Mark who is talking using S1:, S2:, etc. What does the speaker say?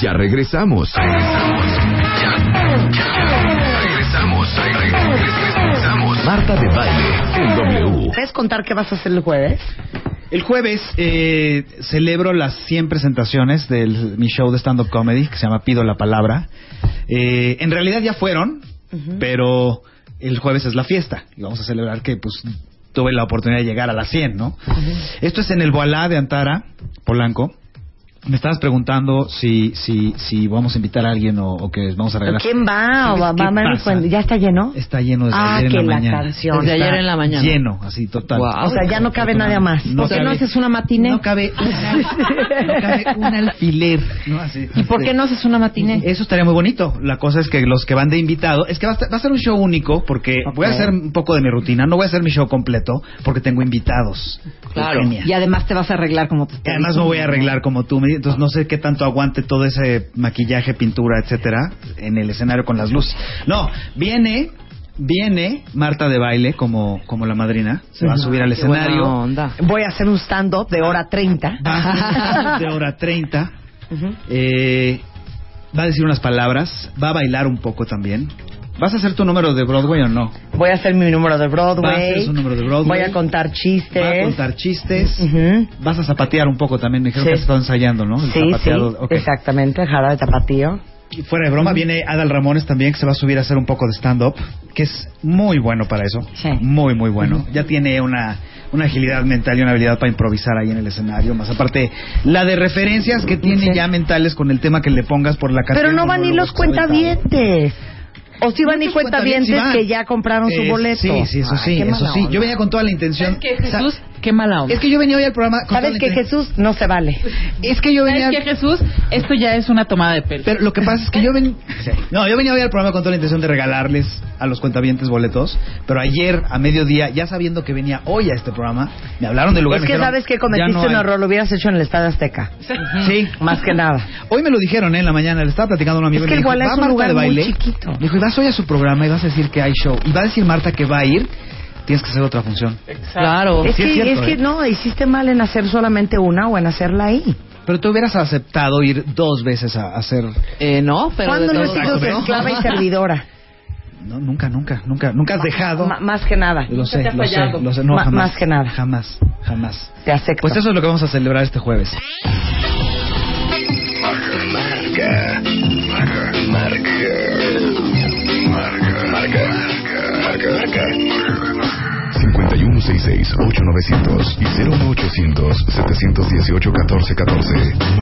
S1: Ya regresamos. Regresamos. Regresamos. Marta de Baile en W.
S2: ¿Puedes contar qué vas a hacer el jueves?
S3: El jueves eh, celebro las 100 presentaciones de mi show de stand-up comedy que se llama Pido la Palabra. Eh, en realidad ya fueron, pero el jueves es la fiesta y vamos a celebrar que pues tuve la oportunidad de llegar a las 100, ¿no? Esto es en el Boalá de Antara, Polanco. Me estabas preguntando si, si, si vamos a invitar a alguien o, o que vamos a regalar.
S2: ¿Quién va? ¿O va,
S3: ¿Qué
S2: va Manuel
S3: pasa?
S2: Fuentes? ¿Ya está lleno?
S3: Está lleno desde
S2: Ah,
S3: ayer en
S2: que
S3: la,
S2: la
S3: mañana.
S2: canción.
S3: Está
S4: Desde ayer en la mañana.
S3: Lleno, así total.
S4: Guau.
S2: O sea, ya no cabe nadie más.
S3: No
S2: ¿Por qué no
S3: cabe.
S2: haces una matiné?
S3: No cabe, una- no cabe un alfiler. ¿no? Así,
S2: ¿Y por
S3: este.
S2: qué no haces una matiné?
S3: Eso estaría muy bonito. La cosa es que los que van de invitado, es que va a, estar- va a ser un show único porque voy a hacer un poco de mi rutina, no voy a hacer mi show completo porque tengo invitados.
S4: Claro.
S3: Eugenia.
S2: Y además te vas a arreglar como te
S3: Y además me voy a arreglar como tú, me- entonces no sé qué tanto aguante todo ese maquillaje, pintura, etcétera, en el escenario con las luces. No, viene, viene Marta de baile como como la madrina, se va a subir al
S4: Qué buena
S3: escenario.
S4: onda.
S2: Voy a hacer un stand-up de hora 30.
S3: va de hora 30. eh, va a decir unas palabras, va a bailar un poco también. ¿Vas a hacer tu número de Broadway o no?
S2: Voy a hacer mi número de Broadway.
S3: Va a hacer su número de Broadway.
S2: Voy a contar chistes.
S3: Va a contar chistes.
S2: Ujú.
S3: Vas a zapatear un poco también, me dijeron
S2: Sí.
S3: que has estado ensayando, ¿no? El
S2: Sí, sí,
S3: zapateado, ok.
S2: exactamente, jara de tapatío.
S3: Y fuera de broma, viene Adal Ramones también, que se va a subir a hacer un poco de stand-up, que es muy bueno para eso.
S2: Sí.
S3: Muy, muy bueno. Ya tiene una, una agilidad mental y una habilidad para improvisar ahí en el escenario. Más aparte, la de referencias que tiene
S2: Sí.
S3: ya mentales con el tema que le pongas por la canción.
S2: Pero no van ni los
S3: monólogos, aventados.
S2: cuentavientes. O si van ni
S3: Muchos cuentavientes
S2: cuentavientes
S3: sí van.
S2: que ya compraron su
S3: Eh,
S2: boleto.
S3: Sí, sí, eso
S2: Ay,
S3: sí,
S2: qué
S3: eso
S2: mala
S3: sí.
S2: onda.
S3: Yo venía con toda la intención.
S4: ¿Sabes qué,
S3: O sea,
S4: Jesús? Qué mala onda.
S3: Es que yo venía hoy al programa. con toda
S2: ¿Sabes
S3: la
S2: que
S3: intención-
S2: Jesús no se vale?
S3: Es que yo venía.
S4: ¿Sabes qué, Jesús? Esto ya es una tomada de pelo.
S3: Pero lo que pasa es que yo ven... No, yo venía hoy al programa con toda la intención de regalarles a los cuentavientes boletos, pero ayer a mediodía, ya sabiendo que venía hoy a este programa, me hablaron del lugar.
S2: es
S3: me
S2: que
S3: dijeron,
S2: sabes que
S3: "Ya
S2: cometiste
S3: no
S2: un
S3: hay".
S2: error, lo hubieras hecho en el Estadio Azteca.
S3: Sí.
S2: Más que nada.
S3: Hoy me lo dijeron ¿eh? en la mañana, le estaba platicando a un amigo
S2: Es
S3: y
S2: que
S3: me dijo,
S2: igual es
S3: "Va
S2: un
S3: Marta
S2: lugar
S3: de
S2: muy
S3: baile.
S2: chiquito.
S3: Me dijo, "Y vas hoy a su programa y vas a decir que hay show y va a decir Marta que va a ir, tienes que hacer otra función.
S4: Claro.
S2: es
S3: sí
S2: que,
S3: es cierto,
S2: es que
S3: ¿eh?
S2: no, hiciste mal en hacer solamente una o en hacerla ahí.
S3: Pero tú hubieras aceptado ir dos veces a, a hacer
S4: Eh, no, pero
S2: ¿Cuándo
S4: de
S2: no
S4: todos
S2: has sido
S4: modos,
S2: tu
S4: ¿no?
S2: esclava y servidora?
S3: No, nunca, nunca, nunca, nunca has dejado.
S2: Ma- más que nada.
S3: Lo sé,
S4: te ha
S3: lo sé,
S4: fallado.
S3: lo sé, no,
S2: Ma-
S3: jamás.
S2: más que nada.
S3: Jamás, jamás.
S2: Te acepto.
S3: Pues eso es lo que vamos a celebrar este jueves.
S1: Marca, marca, marca, marca, marca, marca, marca. 5166-8900 y 01800-718-1414.